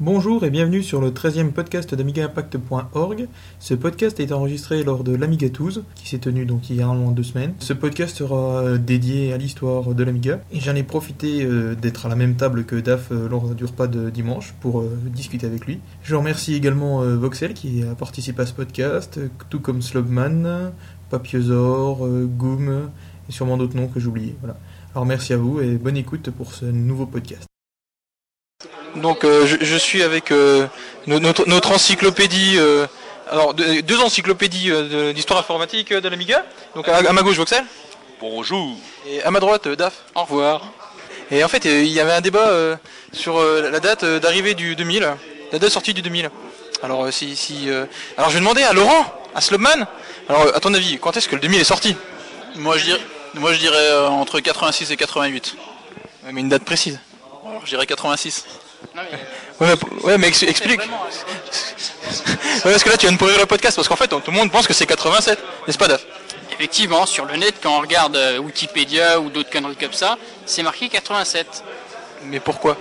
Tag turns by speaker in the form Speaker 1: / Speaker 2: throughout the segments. Speaker 1: Bonjour et bienvenue sur le 13e podcast d'AmigaImpact.org. Ce podcast est enregistré lors de l'Amiga 12 qui s'est tenu donc il y a un an, deux semaines. Ce podcast sera euh, dédié à l'histoire de l'Amiga et j'en ai profité euh, d'être à la même table que DAF euh, lors du repas de dimanche pour euh, discuter avec lui. Je remercie également euh, Voxel qui a participé à ce podcast, euh, tout comme Slobman, Papiosor, euh, Goom et sûrement d'autres noms que j'oubliais. Voilà. Alors merci à vous et bonne écoute pour ce nouveau podcast.
Speaker 2: Donc euh, je, je suis avec euh, no- notre, notre encyclopédie, euh, alors de- deux encyclopédies euh, de- d'histoire informatique euh, de l'Amiga. Donc à, à ma gauche Voxel
Speaker 3: Bonjour.
Speaker 2: et à ma droite euh, DAF.
Speaker 3: Au revoir.
Speaker 2: Et en fait euh, il y avait un débat euh, sur euh, la date euh, d'arrivée du 2000, la date de sortie du 2000. Alors euh, si, si euh, alors je vais demander à Laurent, à Slobman. Alors euh, à ton avis quand est-ce que le 2000 est sorti
Speaker 3: Moi je dirais, moi, je dirais euh, entre 86 et 88.
Speaker 2: Ouais, Mais une date précise.
Speaker 3: Alors, je dirais 86.
Speaker 2: Ouais mais, p- ouais, mais ex- explique. Ouais, parce que là tu viens de pourrir le podcast parce qu'en fait tout le monde pense que c'est 87, n'est-ce pas DAF
Speaker 4: Effectivement, sur le net, quand on regarde euh, Wikipédia ou d'autres conneries comme ça, c'est marqué 87.
Speaker 2: Mais pourquoi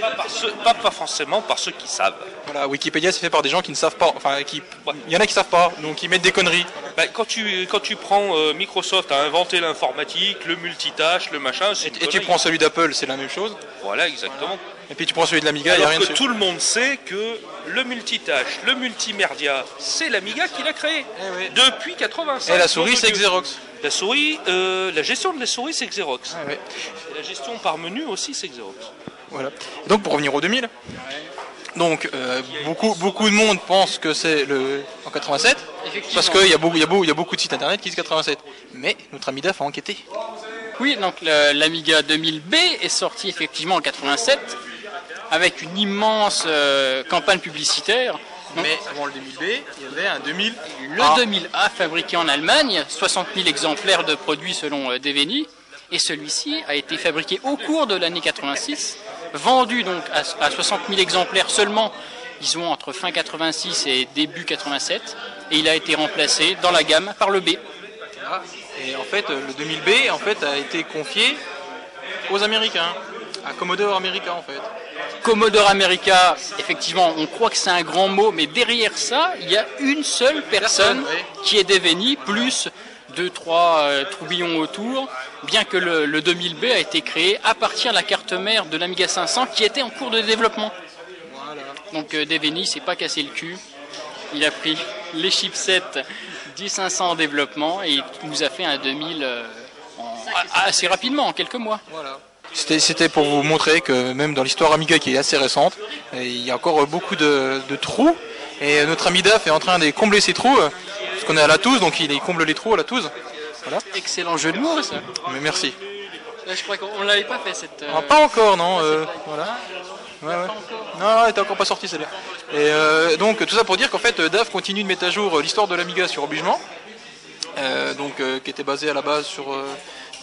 Speaker 5: Pas, par ceux- pas, pas forcément par ceux qui savent.
Speaker 2: Voilà, Wikipédia c'est fait par des gens qui ne savent pas, enfin qui, il y en a qui savent pas, donc ils mettent des conneries.
Speaker 5: Bah, quand, tu, quand tu prends euh, Microsoft a inventé l'informatique, le multitâche, le machin, c'est
Speaker 2: Et,
Speaker 5: une
Speaker 2: et tu
Speaker 5: connerie.
Speaker 2: prends celui d'Apple, c'est la même chose.
Speaker 5: Voilà, exactement.
Speaker 2: Et puis tu prends celui de l'Amiga, il y a
Speaker 5: Alors
Speaker 2: rien
Speaker 5: que
Speaker 2: dessus.
Speaker 5: tout le monde sait que le multitâche, le multimédia, c'est l'Amiga qui l'a créé.
Speaker 2: Eh oui.
Speaker 5: Depuis 85.
Speaker 2: Et la souris
Speaker 5: nom de
Speaker 2: c'est
Speaker 5: Dieu.
Speaker 2: Xerox.
Speaker 5: La souris, euh, la gestion de la souris, c'est Xerox.
Speaker 2: Ah ouais.
Speaker 5: Et La gestion par menu aussi, c'est Xerox.
Speaker 2: Voilà. Et donc pour revenir au 2000. Donc euh, beaucoup beaucoup de monde pense que c'est le en 87
Speaker 4: Effectivement.
Speaker 2: parce qu'il y a beaucoup il y a beaucoup il y a beaucoup de sites internet qui disent 87. Mais notre ami DAF a enquêté.
Speaker 4: Oui, donc le- l'Amiga 2000B est sorti effectivement en 87 avec une immense euh, campagne publicitaire. Donc,
Speaker 2: Mais avant le 2000B, il y avait un 2000.
Speaker 4: le 2000A fabriqué en Allemagne, 60 000 exemplaires de produits selon euh, Deveni, et celui-ci a été fabriqué au cours de l'année 86, vendu donc à, à 60 000 exemplaires seulement, disons entre fin 86 et début 87, et il a été remplacé dans la gamme par le B.
Speaker 2: Et en fait, le 2000B en fait a été confié aux Américains, à Commodore américain en fait.
Speaker 4: Commodore America, effectivement, on croit que c'est un grand mot, mais derrière ça, il y a une seule personne
Speaker 2: Personne, oui.
Speaker 4: qui est dévenie, plus deux, trois euh, troublions autour, bien que le, le 2000B a été créé à partir de la carte mère de l'Amiga 500 qui était en cours de développement. Donc euh, Deveni s'est pas cassé le cul, il a pris les chipsets 10500 en développement et il nous a fait un 2000 euh, en- a- assez rapidement, en quelques mois.
Speaker 2: C'était, c'était pour vous montrer que même dans l'histoire Amiga qui est assez récente, et il y a encore beaucoup de, de trous. Et notre ami DAF est en train de combler ces trous, euh, parce qu'on est à la touze, donc il comble les trous à la touze.
Speaker 4: Excellent jeu de mots, ça.
Speaker 2: Mais merci.
Speaker 4: Là, Euh, je crois qu'on on l'avait pas fait cette. euh,
Speaker 2: Ah, pas encore, non euh, Voilà. Ouais, ouais. Non, non, elle était encore pas sortie celle-là. Et euh, donc tout ça pour dire qu'en fait euh, DAF continue de mettre à jour euh, l'histoire de l'Amiga sur Obligement, euh, donc euh, qui était basée à la base sur euh,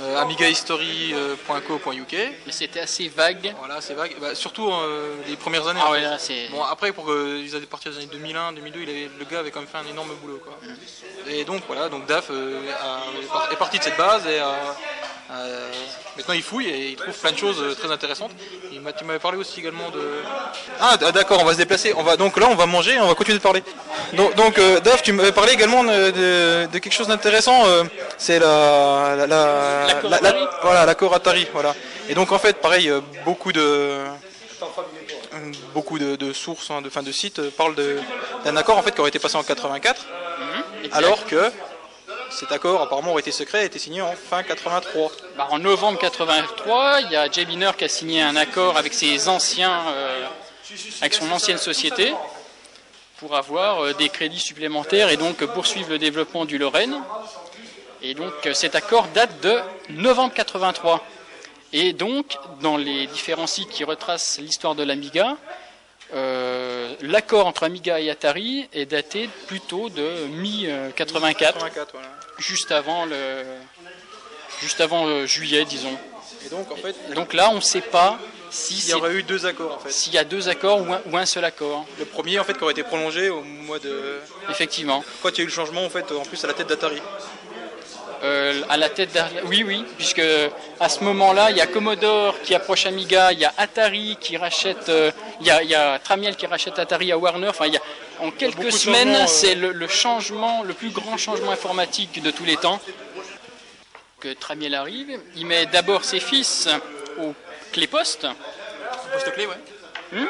Speaker 2: euh, amigahistory.co.uk.
Speaker 4: Mais c'était assez vague.
Speaker 2: Voilà, c'est vague. Bah, surtout euh, les premières années.
Speaker 4: Ah
Speaker 2: en
Speaker 4: ouais,
Speaker 2: fait.
Speaker 4: là, c'est.
Speaker 2: Bon après pour qu'ils aient partir des années 2001, 2002, il avait- le gars avait quand même fait un énorme boulot quoi. Et donc voilà, donc DAF euh, a- est par- est parti de cette base et a- a- maintenant il fouille et il trouve plein de choses euh, très intéressantes. Il m'a- tu m'avais parlé aussi également de ah d- ah, d'accord, on va se déplacer, on va donc là on va manger, et on va continuer de parler. Donc, donc, euh, DAF, tu m'avais parlé également de, de- de quelque chose d'intéressant, euh, c'est la la, la-
Speaker 4: La Core
Speaker 2: la- la-
Speaker 4: Atari.
Speaker 2: voilà la Core Atari, voilà. Et donc en fait pareil euh, beaucoup de beaucoup de, de sources, hein, de, fin de sites euh, parlent de- d'un accord en fait qui aurait été passé en 84,
Speaker 4: Exact.
Speaker 2: alors que cet accord apparemment aurait été secret, et a été signé en fin 83.
Speaker 4: Bah, en novembre 83, il y a Jay Miner qui a signé un accord avec ses anciens, euh, avec son ancienne société, pour avoir euh, des crédits supplémentaires et donc euh, poursuivre le développement du Lorraine. Et donc euh, cet accord date de novembre 83. Et donc dans les différents sites qui retracent l'histoire de l'Amiga, euh, l'accord entre Amiga et Atari est daté plutôt de mi euh, 84.
Speaker 2: 84, voilà.
Speaker 4: juste avant le juste avant euh, juillet disons.
Speaker 2: Et donc en fait,
Speaker 4: Donc là on ne sait pas si
Speaker 2: il
Speaker 4: c'est-
Speaker 2: y aurait eu deux accords en fait.
Speaker 4: s'il y a deux accords ou un, ou un seul accord.
Speaker 2: Le premier en fait qui aurait été prolongé au mois de
Speaker 4: Effectivement.
Speaker 2: quand il y a eu le changement en fait en plus à la tête d'Atari.
Speaker 4: euh, à la tête d'Arla- Oui, oui, puisque à ce moment-là, il y a Commodore qui approche Amiga, il y a Atari qui rachète, euh, il y, a, il y a Tramiel qui rachète Atari à Warner. Enfin, il y a, en
Speaker 5: Beaucoup
Speaker 4: quelques
Speaker 5: de
Speaker 4: semaines,
Speaker 5: changements, euh.
Speaker 4: c'est le, le changement, le plus grand changement informatique de tous les temps. Que Tramiel arrive, il met d'abord ses fils au clé poste,
Speaker 2: Poste clé, ouais.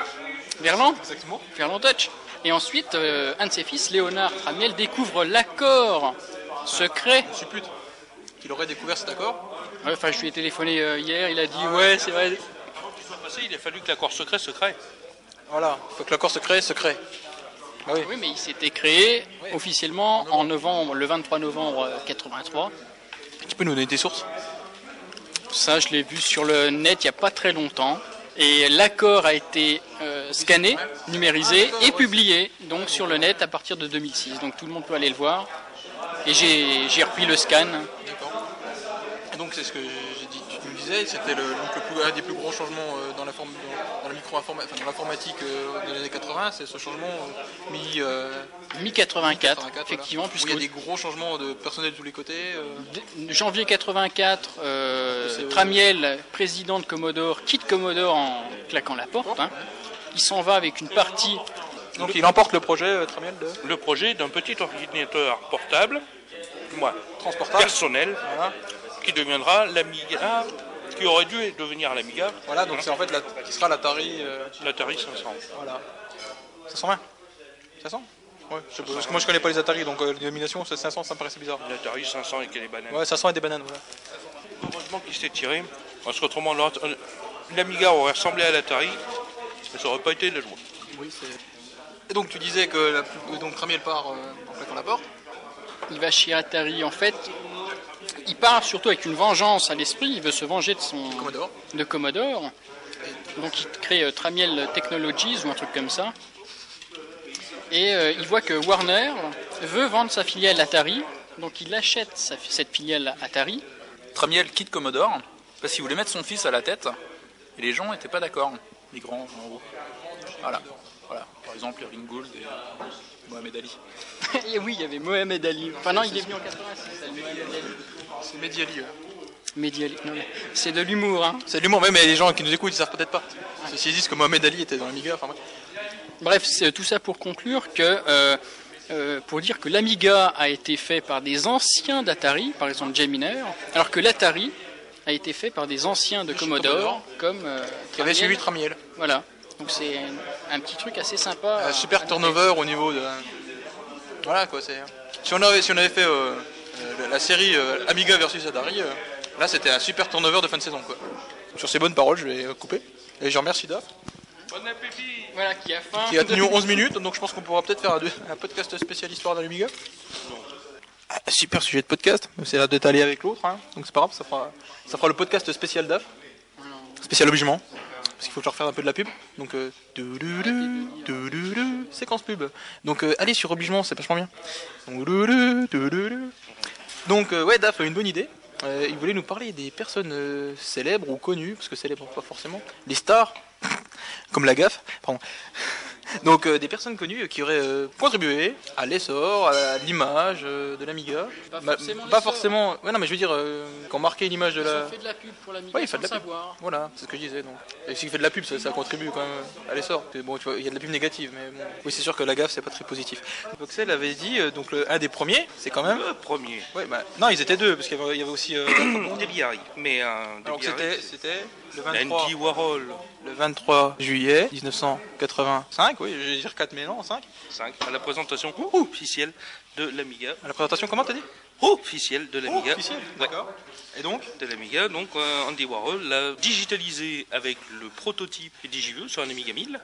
Speaker 4: Verlan,
Speaker 2: Exactement.
Speaker 4: Ferland Touch. Et ensuite, euh, un de ses fils, Léonard Tramiel, découvre l'accord secret.
Speaker 2: Je suppute qu'il aurait découvert cet accord.
Speaker 4: Ouais, Enfin, je lui ai téléphoné euh, hier, il a
Speaker 2: Ah
Speaker 4: dit ouais, c'est vrai.
Speaker 5: Passé, il a fallu que l'accord secret se crée.
Speaker 2: Voilà. Faut que l'accord se crée, se crée. Ah oui.
Speaker 4: Oui, mais il s'était créé
Speaker 2: Ouais.
Speaker 4: officiellement en novembre, le 23 novembre euh, 83.
Speaker 2: Tu peux nous donner des sources
Speaker 4: Ça, je l'ai vu sur le net il n'y a pas très longtemps. Et l'accord a été euh, scanné,
Speaker 2: Ah,
Speaker 4: numérisé et publié donc sur le net à partir de 2006. Donc tout le monde peut aller le voir. Et j'ai j'ai repris le scan.
Speaker 2: Donc c'est ce que j'ai dit, tu nous disais, c'était le, donc le plus, un des plus gros changements euh, dans la forme, dans, dans la micro enfin, dans l'informatique euh, de l'année 80, c'est ce changement euh, mis euh,
Speaker 4: Mi-84,
Speaker 2: 84,
Speaker 4: effectivement,
Speaker 2: voilà, où
Speaker 4: puisque
Speaker 2: il y a des gros changements de personnel de tous les côtés. euh,
Speaker 4: De- janvier 84, euh,
Speaker 2: C'est-
Speaker 4: Tramiel, président de Commodore, quitte Commodore en claquant la porte. hein. Il s'en va avec une partie.
Speaker 2: Donc il emporte le projet euh, Tramiel de
Speaker 5: Le projet d'un petit ordinateur portable, du moins
Speaker 2: transportable.
Speaker 5: personnel,
Speaker 2: Voilà.
Speaker 5: qui deviendra l'Amiga, qui aurait dû devenir l'Amiga,
Speaker 2: Voilà, donc c'est en fait la, qui sera l'Atari. euh,
Speaker 5: l'Atari 500.
Speaker 2: voilà. 520 500 Ouais, je sais pas, parce que moi je connais pas les Atari, donc euh, les dominations, c'est 500, ça me paraissait bizarre.
Speaker 5: L'Atari 500 et qu'elle est banane.
Speaker 2: Ouais, 500 et des bananes, voilà.
Speaker 5: Heureusement qu'il s'est tiré, parce qu'autrement l'At- l'Amiga aurait ressemblé à l'Atari, mais ça aurait pas été la joie.
Speaker 2: Oui, c'est. Et donc tu disais que la plus- donc Tramiel part euh, en claquant la porte.
Speaker 4: Il va chez Atari. En fait, il part surtout avec une vengeance à l'esprit. Il veut se venger de son
Speaker 2: Commodore.
Speaker 4: de Commodore. Donc il crée euh, Tramiel Technologies ou un truc comme ça. Et euh, il voit que Warner veut vendre sa filiale Atari. Donc il achète sa fi- cette filiale Atari.
Speaker 3: Tramiel quitte Commodore parce qu'il voulait mettre son fils à la tête et les gens n'étaient pas d'accord, les grands en gros. Voilà. voilà. Par exemple, Irving Gould et euh, Mohamed Ali.
Speaker 4: Et oui, il y avait Mohamed Ali. Enfin non, il est venu en 86. Mohamed Ali.
Speaker 2: C'est Mehdi Ali. euh. ouais.
Speaker 4: Mehdi Ali. Non, mais c'est de l'humour. Hein.
Speaker 2: C'est de l'humour, même mais les gens qui nous écoutent, ils savent peut-être pas. Parce que S'ils disent que Mohamed Ali était dans l'Amiga, enfin bref.
Speaker 4: Bref, c'est tout ça pour conclure que euh, euh, pour dire que l'Amiga a été fait par des anciens d'Atari, par exemple Jay Miner, alors que l'Atari a été fait par des anciens de Commodore, comme euh,
Speaker 2: Qui avait
Speaker 4: Tramiel.
Speaker 2: suivi Tramiel.
Speaker 4: Voilà. Donc c'est un, un petit truc assez sympa.
Speaker 2: Un
Speaker 4: à-
Speaker 2: Euh, super
Speaker 4: à-
Speaker 2: turnover au niveau de. Voilà quoi, c'est. hein. Si on avait, si on avait fait euh, euh, la- la série euh, Amiga versus Atari, euh, là c'était un super turnover de fin de saison quoi. Sur ces bonnes paroles, je vais euh, couper. Et je remercie Daf,
Speaker 4: Voilà, qui a faim.
Speaker 2: qui a tenu 11 minutes, donc je pense qu'on pourra peut-être faire un, deux- un podcast spécial histoire de l'Amiga. Ah, Super sujet de podcast, mais c'est là d'être allé avec l'autre, hein. donc c'est pas grave, ça fera, ça fera le podcast spécial DAF. Spécial obligement. Parce qu'il faut que je refaire un peu de la pub. Donc, euh, doudoudou, doudoudou, séquence pub. Donc, euh, allez sur obligement, c'est vachement bien. Donc, doudoudou, doudoudou. Donc, euh, ouais, Daf a une bonne idée. Euh, il voulait nous parler des personnes euh, célèbres ou connues, parce que célèbres pas forcément, les stars, comme la gaffe, pardon. Donc, euh, des personnes connues qui auraient euh, contribué à l'essor, à l'image euh, de l'amiga.
Speaker 4: Pas
Speaker 2: Ma-
Speaker 4: forcément
Speaker 2: pas
Speaker 4: l'essor.
Speaker 2: forcément. Ouais, non, mais je veux dire, euh, quand marqué l'image de
Speaker 4: Ils
Speaker 2: la.
Speaker 4: ont fait de la pub pour l'Amiga
Speaker 2: Ouais, il
Speaker 4: sans
Speaker 2: fait de la pub.
Speaker 4: savoir.
Speaker 2: Voilà, c'est ce que je disais donc. Et s'il fait de la pub, ça, ça contribue quand même euh, à l'essor. Et Bon, tu vois, il y a de la pub négative, mais bon. Oui, c'est sûr que la gaffe, c'est pas très positif. Voxel avait dit, euh, donc le- un des premiers, c'est quand même.
Speaker 5: Le premier,
Speaker 2: Ouais, bah, non, ils étaient deux, parce qu'il y avait, il y avait aussi. euh,
Speaker 5: Debiari, mais euh, un
Speaker 2: alors que c'était, c'était le 23,
Speaker 5: Andy Warhol,
Speaker 2: le 23 juillet 1985, oui, je vais dire 4 mais non, 5.
Speaker 5: 5, à la présentation officielle de l'Amiga,
Speaker 2: À la présentation, comment t'as dit
Speaker 5: officielle de l'Amiga,
Speaker 2: Officiel,
Speaker 5: Ouais.
Speaker 2: d'accord. Et donc
Speaker 5: de l'Amiga, donc euh, Andy Warhol l'a digitalisé avec le prototype DigiView sur un Amiga 1000.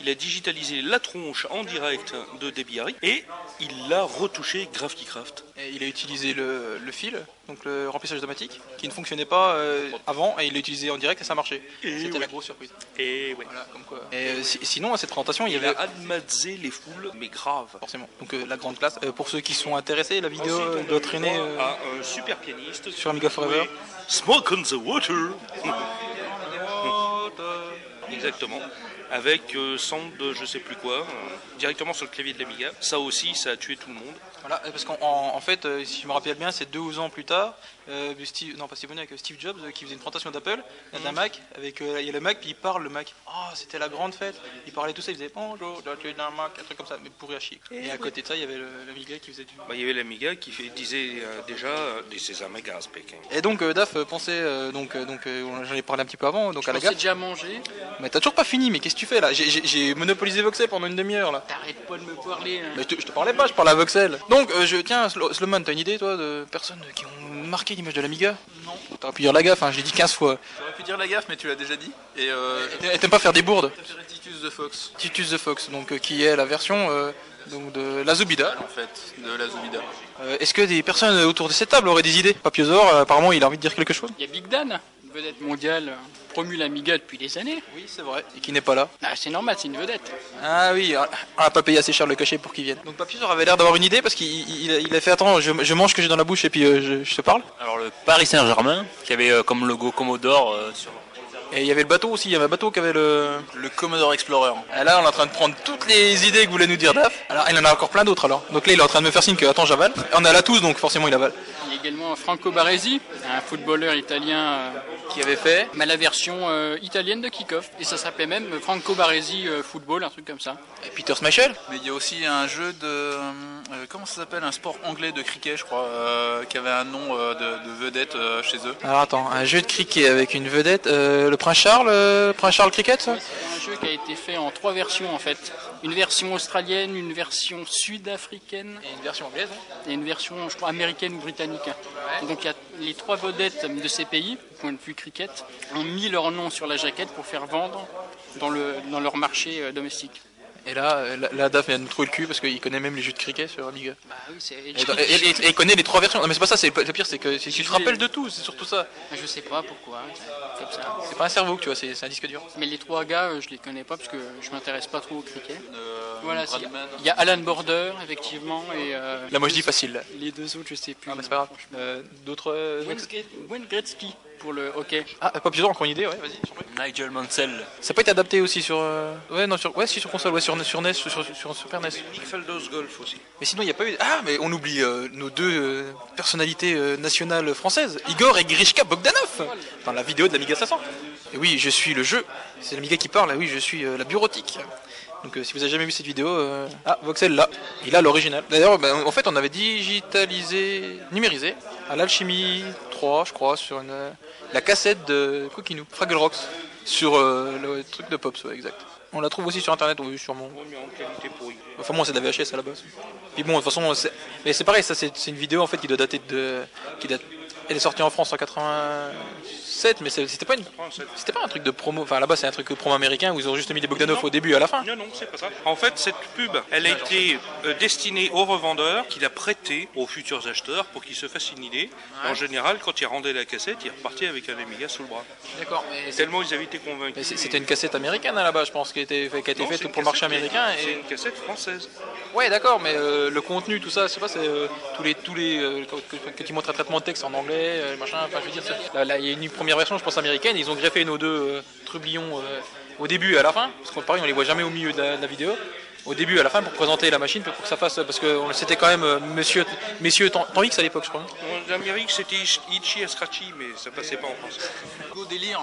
Speaker 5: Il a digitalisé la tronche en direct de Debiari et il l'a retouché GraphicCraft.
Speaker 2: Et il a utilisé le, le fil, donc le remplissage automatique, qui ne fonctionnait pas euh, avant, et il l'a utilisé en direct et ça marchait.
Speaker 5: Et
Speaker 2: C'était
Speaker 5: Eh ouais.
Speaker 2: la grosse surprise.
Speaker 5: Et ouais. Eh
Speaker 2: Voilà, comme quoi. Et euh, si- sinon, à cette présentation, il y
Speaker 5: Il
Speaker 2: avait
Speaker 5: a admatzé les foules, mais grave.
Speaker 2: forcément donc euh, la grande classe. Euh, pour ceux qui sont intéressés, la vidéo euh, doit traîner. euh,
Speaker 5: à un super pianiste
Speaker 2: sur Amiga Forever.
Speaker 5: Smoke on the Water. Exactement. avec euh, sound de je sais plus quoi, euh, directement sur le clavier de l'Amiga. Ça aussi, ça a tué tout le monde.
Speaker 2: Voilà, et parce qu'en en- en fait, euh, si je me rappelle bien, c'est deux ou ans plus tard, euh, de Steve, non pas Steve Boniek, Steve Jobs euh, qui faisait une présentation d'Apple, euh, d'un Mac, avec euh, il y a le Mac, puis il parle le Mac. Ah, c'était la grande fête. Il parlait tout ça, il faisait bonjour, tu es d'un Mac, un truc comme ça, mais pourri à chier. Et à côté de ça, il y avait le, le Miguel qui faisait du.
Speaker 5: Bah, Il y avait l'Amiga qui fait- disait euh, déjà euh, This is Amiga speaking.
Speaker 2: Et donc euh, Daf euh, pensait euh, donc euh, donc euh, on- j'en ai parlé un petit peu avant donc à
Speaker 4: On
Speaker 2: la
Speaker 4: s'est
Speaker 2: gaffe.
Speaker 4: déjà mangé.
Speaker 2: Mais t'as toujours pas fini mais qu'est-ce que tu fais là J'ai- J'ai j'ai monopolisé Voxel pendant une demi-heure là.
Speaker 4: T'arrêtes pas de me parler. hein.
Speaker 2: Mais je te, je te parlais pas, je parle à Voxel. Donc euh, je tiens Slo- Sloman, t'as une idée toi de personnes qui ont marqué l'image de l'Amiga
Speaker 3: Non.
Speaker 2: T'aurais pu dire la gaffe, hein, je l'ai dit 15 fois.
Speaker 3: J'aurais pu dire la gaffe, mais tu l'as déjà dit. Et euh,
Speaker 2: Et t'aimes- et T'aimes pas faire des bourdes
Speaker 3: je préfère Titus de Fox,
Speaker 2: Titus the Fox, donc euh, qui est la version euh, donc de la Zubida.
Speaker 3: en fait, de la Zubida.
Speaker 2: Euh, Est-ce que des personnes autour de cette table auraient des idées Papiosor, euh, apparemment, il a envie de dire quelque chose.
Speaker 4: Il y a Big Dan, une vedette mondiale, euh, promue l'Amiga depuis des années.
Speaker 2: Oui, c'est vrai. Et qui n'est pas là.
Speaker 4: Ah, c'est normal, c'est une vedette.
Speaker 2: Ah oui, on on a pas payé assez cher le cachet pour qu'il vienne. Donc Papiosor avait l'air d'avoir une idée parce qu'il il- il a- il a fait attends, je, je mange ce que j'ai dans la bouche et puis euh, je, je te parle.
Speaker 6: Alors le Paris Saint-Germain, qui avait euh, comme logo Commodore euh, sur
Speaker 2: Et il y avait le bateau aussi, il y avait un bateau qui avait le.
Speaker 6: le Commodore Explorer.
Speaker 2: Ah, Là, on est en train de prendre toutes les idées que voulait nous dire Daf. Alors, il en a encore plein d'autres alors. Donc là, il est en train de me faire signe que attends, j'avale. Et On a là tous, donc forcément, il avale.
Speaker 4: Il y a également Franco Baresi, un footballeur italien, euh,
Speaker 2: Qui avait fait
Speaker 4: mais la version euh, italienne de Kickoff. Et ça s'appelait même Franco Baresi euh, Football, un truc comme ça.
Speaker 2: Et Peter Smashel
Speaker 3: Mais il y a aussi un jeu de. euh, comment ça s'appelle Un sport anglais de cricket, je crois, euh, qui avait un nom euh, de, de vedette euh, chez eux.
Speaker 2: Alors attends, un jeu de cricket avec une vedette, euh, le Prince Charles, euh, le Prince Charles Cricket ça
Speaker 4: C'est un jeu qui a été fait en trois versions en fait. Une version australienne, une version sud-africaine
Speaker 2: Et une version anglaise. hein.
Speaker 4: et une version, je crois, américaine ou britannique. Donc il y a les trois vedettes de ces pays, au point de vue cricket, ont mis leur nom sur la jaquette pour faire vendre dans, le, dans leur marché euh, domestique.
Speaker 2: Et là, euh, la, la DAF vient de nous trouver le cul parce qu'il connaît même les jeux de cricket sur Amiga.
Speaker 4: Bah oui, c'est.
Speaker 2: Et, dans- et- et- et il connaît les trois versions. Non mais c'est pas ça, c'est le pire, c'est que c'est- tu te rappelles de tout, c'est surtout ça.
Speaker 4: Je sais pas pourquoi, comme ça.
Speaker 2: C'est pas un cerveau que tu vois, c'est c'est un disque dur.
Speaker 4: Mais les trois gars, euh, je les connais pas parce que je m'intéresse pas trop au cricket.
Speaker 3: Euh,
Speaker 4: Voilà, si.
Speaker 3: Bradman.
Speaker 4: il y a Alan Border, effectivement, et. euh,
Speaker 2: Là moi je dis facile. là.
Speaker 4: Les deux autres, je sais plus.
Speaker 2: Ah mais c'est pas grave. Euh, D'autres... euh,
Speaker 4: Wayne Gre- Wayne Gretzky pour le hockey.
Speaker 2: Ah, pas plus encore une idée, ouais, vas-y. je t'en prie.
Speaker 6: Nigel Mansell.
Speaker 2: Ça peut être adapté aussi sur... euh, Ouais, non, sur... Ouais, si, sur console, ouais, sur, sur NES, sur, sur, sur Super E NES.
Speaker 5: Nick Faldos Golf aussi.
Speaker 2: Mais sinon, il n'y a pas eu. Ah, mais on oublie euh, nos deux euh, personnalités euh, nationales françaises, Igor et Grishka Bogdanov, dans la vidéo de l'Amiga 500. Et oui, je suis le jeu. C'est l'Amiga qui parle, et oui, je suis euh, la bureautique. Donc, euh, si vous avez jamais vu cette vidéo, euh, ah, Voxel là, il a l'original. D'ailleurs, ben, en fait, on avait digitalisé, numérisé, à l'Alchimie 3, je crois, sur une, euh, la cassette de Kokinou, Fraggle Rocks, sur euh, le truc de Pops, ouais, exact. On la trouve aussi sur internet, oui, sûrement.
Speaker 5: Oui, mais en qualité pourrie.
Speaker 2: Enfin bon, c'est de la VHS à la base. Puis bon, de toute façon, c'est... mais c'est pareil, ça c'est c'est une vidéo en fait qui doit dater de, qui date, elle est sortie en France en 87, mais c'est- c'était pas une,
Speaker 5: Oh,
Speaker 2: c'était pas un truc de promo. Enfin là-bas, c'est un truc de promo américain où ils ont juste mis des Bogdanov au début et à la fin.
Speaker 5: Non, non, c'est pas ça. En fait, cette pub, elle a été euh, destinée aux revendeurs qu'il a prêté aux futurs acheteurs pour qu'ils se fassent une idée. En général, quand ils rendaient la cassette, ils repartaient avec un Amiga sous le bras.
Speaker 2: D'accord. Mais c'est-
Speaker 5: Tellement ils avaient été convaincus.
Speaker 2: mais c'est- c'était une cassette américaine à la base, je pense, qui a été, qui a
Speaker 5: Non,
Speaker 2: été
Speaker 5: c'est
Speaker 2: faite
Speaker 5: une
Speaker 2: pour le marché
Speaker 5: cassette-
Speaker 2: américain.
Speaker 5: C'est
Speaker 2: Et...
Speaker 5: une cassette française.
Speaker 2: Ouais, d'accord, mais euh, le contenu, tout ça, je sais pas, c'est euh, tous les, tous les, euh, quand, quand- quand ils montrent un traitement de texte en anglais, euh, machin. Enfin, je veux dire, c'est- là, là, il y a une première version, je pense américaine. Ils ont greffé nos deux euh, trublions euh, au début et à la fin, parce qu'on pareil, on les voit jamais au milieu de la, de la vidéo. Au début, et à la fin, pour présenter la machine, pour que ça fasse, parce que on- c'était quand même euh, Monsieur, Messieurs Tan- Tan X à l'époque, je crois. hein.
Speaker 5: En Amérique, c'était Ichi- Ichi et Scratchy, mais ça passait pas en France.
Speaker 3: Go délire.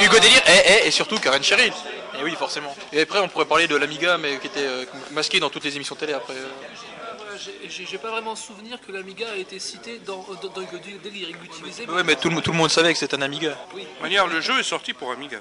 Speaker 2: Hugo Délire, eh, et, et, et surtout Karen Cheryl. Et Eh oui, forcément. Et après, on pourrait parler de l'Amiga, mais qui était euh, masqué dans toutes les émissions télé après. euh.
Speaker 7: J'ai- J'ai j'ai pas vraiment souvenir que l'Amiga a été cité dans, euh, dans, dans Hugo Délire, utilisé.
Speaker 2: Ouais, mais tout le, tout le monde savait que c'était un Amiga.
Speaker 5: De manière, le jeu est sorti pour Amiga.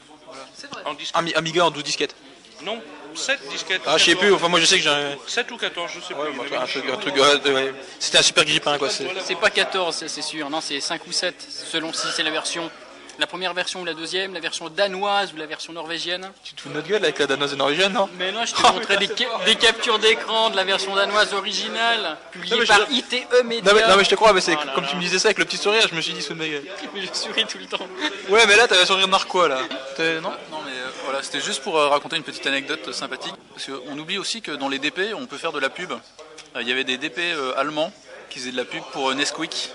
Speaker 7: C'est vrai.
Speaker 5: En disquette.
Speaker 2: Ami- Amiga en 12 disquettes.
Speaker 5: Non, 7 disquettes.
Speaker 2: Ah, je sais plus, enfin, moi je sais que j'ai un.
Speaker 5: 7 ou 14, je sais
Speaker 2: Ouais,
Speaker 5: plus.
Speaker 2: moi,
Speaker 5: Il y en
Speaker 2: un
Speaker 5: avait
Speaker 2: truc,
Speaker 5: une
Speaker 2: un truc, ouais, ouais. C'était un super grippin quoi. c'est-
Speaker 4: C'est pas 14, ça, c'est sûr, non, c'est 5 ou 7, selon si c'est la version. La première version ou la deuxième, la version danoise ou la version norvégienne.
Speaker 2: Tu te fous de notre gueule avec la danoise et norvégienne, non
Speaker 4: Mais non, je
Speaker 2: Oh,
Speaker 4: te montrais des, ca- des captures d'écran de la version danoise originale,
Speaker 2: Non,
Speaker 4: publiée
Speaker 2: mais je-
Speaker 4: par ITE Media.
Speaker 2: non mais, non, mais je te crois, mais c'est
Speaker 4: Oh là
Speaker 2: comme
Speaker 4: là.
Speaker 2: tu me disais ça avec le petit sourire, je me suis dit sous de ma gueule.
Speaker 4: Mais je souris tout le temps.
Speaker 2: Ouais, mais là t'avais un sourire narquois là. T'es- Non
Speaker 3: Non mais euh, voilà, c'était juste pour euh, raconter une petite anecdote euh, sympathique. Parce qu'on oublie aussi que dans les DP, on peut faire de la pub. Euh, Il y avait des DP euh, allemands qui faisaient de la pub pour euh, Nesquik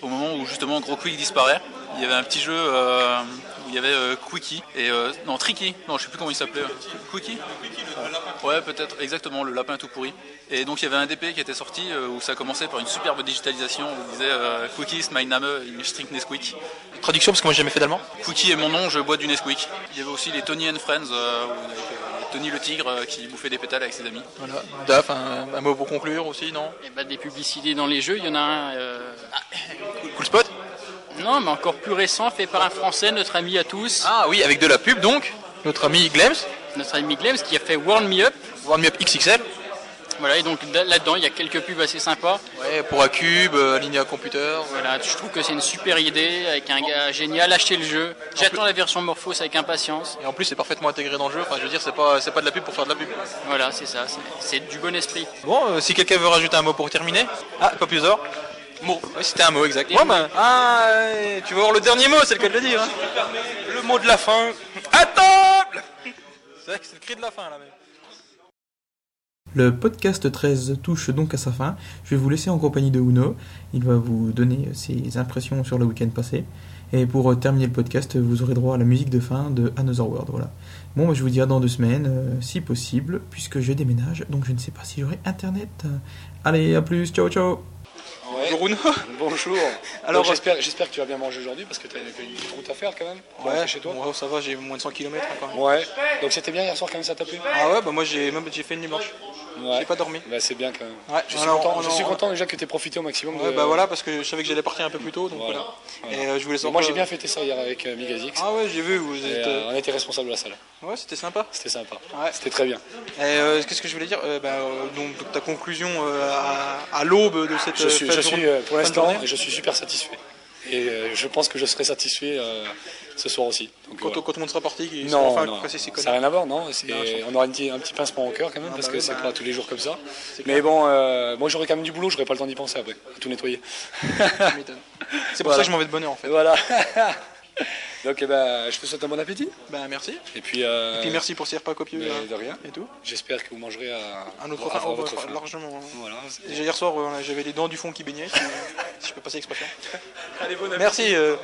Speaker 3: au moment où justement Gros Quick disparaît. il y avait un petit jeu euh, où il y avait euh, Quickie et euh, non Tricky, non je sais plus comment il s'appelait. Quickie Euh, Ouais, peut-être exactement le lapin tout pourri. Et donc il y avait un DP qui était sorti euh, où ça commençait par une superbe digitalisation où il disait euh, Quickie is my name, ich trinke Nesquik.
Speaker 2: Traduction parce que moi j'ai jamais fait d'allemand.
Speaker 3: Quickie est mon nom, je bois du Nesquik. Il y avait aussi les Tony and Friends euh, où on avait, euh, Tony le tigre euh, qui bouffait des pétales avec ses amis.
Speaker 2: Voilà. DAF, un, un mot pour conclure aussi, non
Speaker 4: Et bah, des publicités dans les jeux, il y en a un. euh,
Speaker 2: Cool spot
Speaker 4: Non, mais encore plus récent, fait par un Français, notre ami à tous,
Speaker 2: Ah oui, avec de la pub donc. Notre ami Glems,
Speaker 4: notre ami Glems, qui a fait Warm Me Up.
Speaker 2: Warm Me Up XXL.
Speaker 4: Voilà, et donc là- là-dedans, il y a quelques pubs assez sympas.
Speaker 2: Ouais, pour Acube, euh, Alinea Computer.
Speaker 4: Voilà, je trouve que c'est une super idée, avec un gars génial, achetez le jeu. J'attends la version Morphos avec impatience.
Speaker 2: Et en plus, c'est parfaitement intégré dans le jeu. Enfin, je veux dire, c'est pas, c'est pas de la pub pour faire de la pub.
Speaker 4: Voilà, c'est ça, c'est- c'est du bon esprit.
Speaker 2: Bon, euh, si quelqu'un veut rajouter un mot pour terminer. Ah, Papiosor Mot. Oui, c'était un mot, exact. Ouais, ben, ah, euh, tu vas voir le dernier mot, c'est le cas de le dire. hein.
Speaker 5: Le mot de la fin. À table
Speaker 2: C'est vrai que c'est le cri de la fin, là, même. Le podcast 13 touche donc à sa fin. Je vais vous laisser en compagnie de Uno. Il va vous donner ses impressions sur le week-end passé. Et pour euh, terminer le podcast, vous aurez droit à la musique de fin de Another World. Voilà. Bon, bah, je vous dis à dans deux semaines, euh, si possible, puisque je déménage, donc je ne sais pas si j'aurai internet. Allez, à plus, ciao ciao
Speaker 8: Bonjour. Bonjour.
Speaker 2: Alors,
Speaker 8: Alors euh, j'espère, j'espère que tu vas bien manger aujourd'hui parce que tu as une petite route à faire quand même. pour rentrer chez toi.
Speaker 2: ça va, j'ai moins de hein, 100 km encore.
Speaker 8: Ouais. Donc c'était bien hier soir quand même ça t'a plu.
Speaker 2: Ah ouais, bah moi j'ai même j'ai fait une dimanche.
Speaker 8: Ouais.
Speaker 2: J'ai pas dormi.
Speaker 8: Bah, c'est bien quand même.
Speaker 2: Ouais,
Speaker 8: je suis,
Speaker 2: alors,
Speaker 8: content,
Speaker 2: on-
Speaker 8: je suis
Speaker 2: on-
Speaker 8: content déjà que tu aies profité au maximum.
Speaker 2: Ouais,
Speaker 8: de-
Speaker 2: bah voilà, parce que je savais que j'allais partir un peu plus tôt, donc voilà.
Speaker 8: Voilà.
Speaker 2: Et euh, je voulais
Speaker 8: Et
Speaker 2: sortir.
Speaker 8: Moi j'ai bien fêté ça hier avec euh, Migazix.
Speaker 2: Ah ouais, j'ai vu, vous
Speaker 8: Et,
Speaker 2: êtes.
Speaker 8: euh, on était responsable de la salle.
Speaker 2: euh, Ouais, c'était sympa.
Speaker 8: C'était sympa.
Speaker 2: Ouais.
Speaker 8: C'était très bien.
Speaker 2: Et euh, qu'est-ce que je voulais dire Euh, bah, euh, Donc ta conclusion euh, à, à l'aube de cette.
Speaker 8: Je
Speaker 2: euh,
Speaker 8: suis,
Speaker 2: fin
Speaker 8: je
Speaker 2: de journée-
Speaker 8: suis euh, pour
Speaker 2: fin de
Speaker 8: l'instant,
Speaker 2: journée.
Speaker 8: je suis super satisfait. Et euh, je pense que je serai satisfait euh, ce soir aussi. Donc,
Speaker 2: Quand,
Speaker 8: voilà.
Speaker 2: quand tout le monde sera parti, ils seront
Speaker 8: Non,
Speaker 2: enfin
Speaker 8: non,
Speaker 2: passés ces
Speaker 8: ça n'a
Speaker 2: conneries.
Speaker 8: rien à voir, non. c'est-
Speaker 2: Non, je
Speaker 8: on aura un petit, un petit pincement au cœur quand même,
Speaker 2: Ah,
Speaker 8: parce
Speaker 2: bah
Speaker 8: que
Speaker 2: oui,
Speaker 8: c'est
Speaker 2: bah.
Speaker 8: pas tous les jours comme ça.
Speaker 2: clair.
Speaker 8: Mais bon, euh, moi j'aurais quand même du boulot, j'aurais pas le temps d'y penser après, à tout nettoyer.
Speaker 2: Tu m'étonnes. C'est pour ça
Speaker 8: Voilà.
Speaker 2: que je m'en vais de bonne heure hein. en fait.
Speaker 8: voilà. Donc eh ben, je te souhaite un bon appétit.
Speaker 2: Bah merci.
Speaker 8: Et puis, euh,
Speaker 2: Et puis merci pour ces repas copieux.
Speaker 8: mais
Speaker 2: hein,
Speaker 8: de rien.
Speaker 2: Et tout.
Speaker 8: J'espère que vous mangerez à,
Speaker 2: Un autre
Speaker 8: à-
Speaker 2: repas,
Speaker 8: à
Speaker 2: oh,
Speaker 8: votre
Speaker 2: bah,
Speaker 8: faim.
Speaker 2: largement. hein.
Speaker 8: Voilà.
Speaker 2: Déjà hier soir, euh, j'avais les dents du fond qui baignaient, si, si je peux passer l'expression. Merci. euh,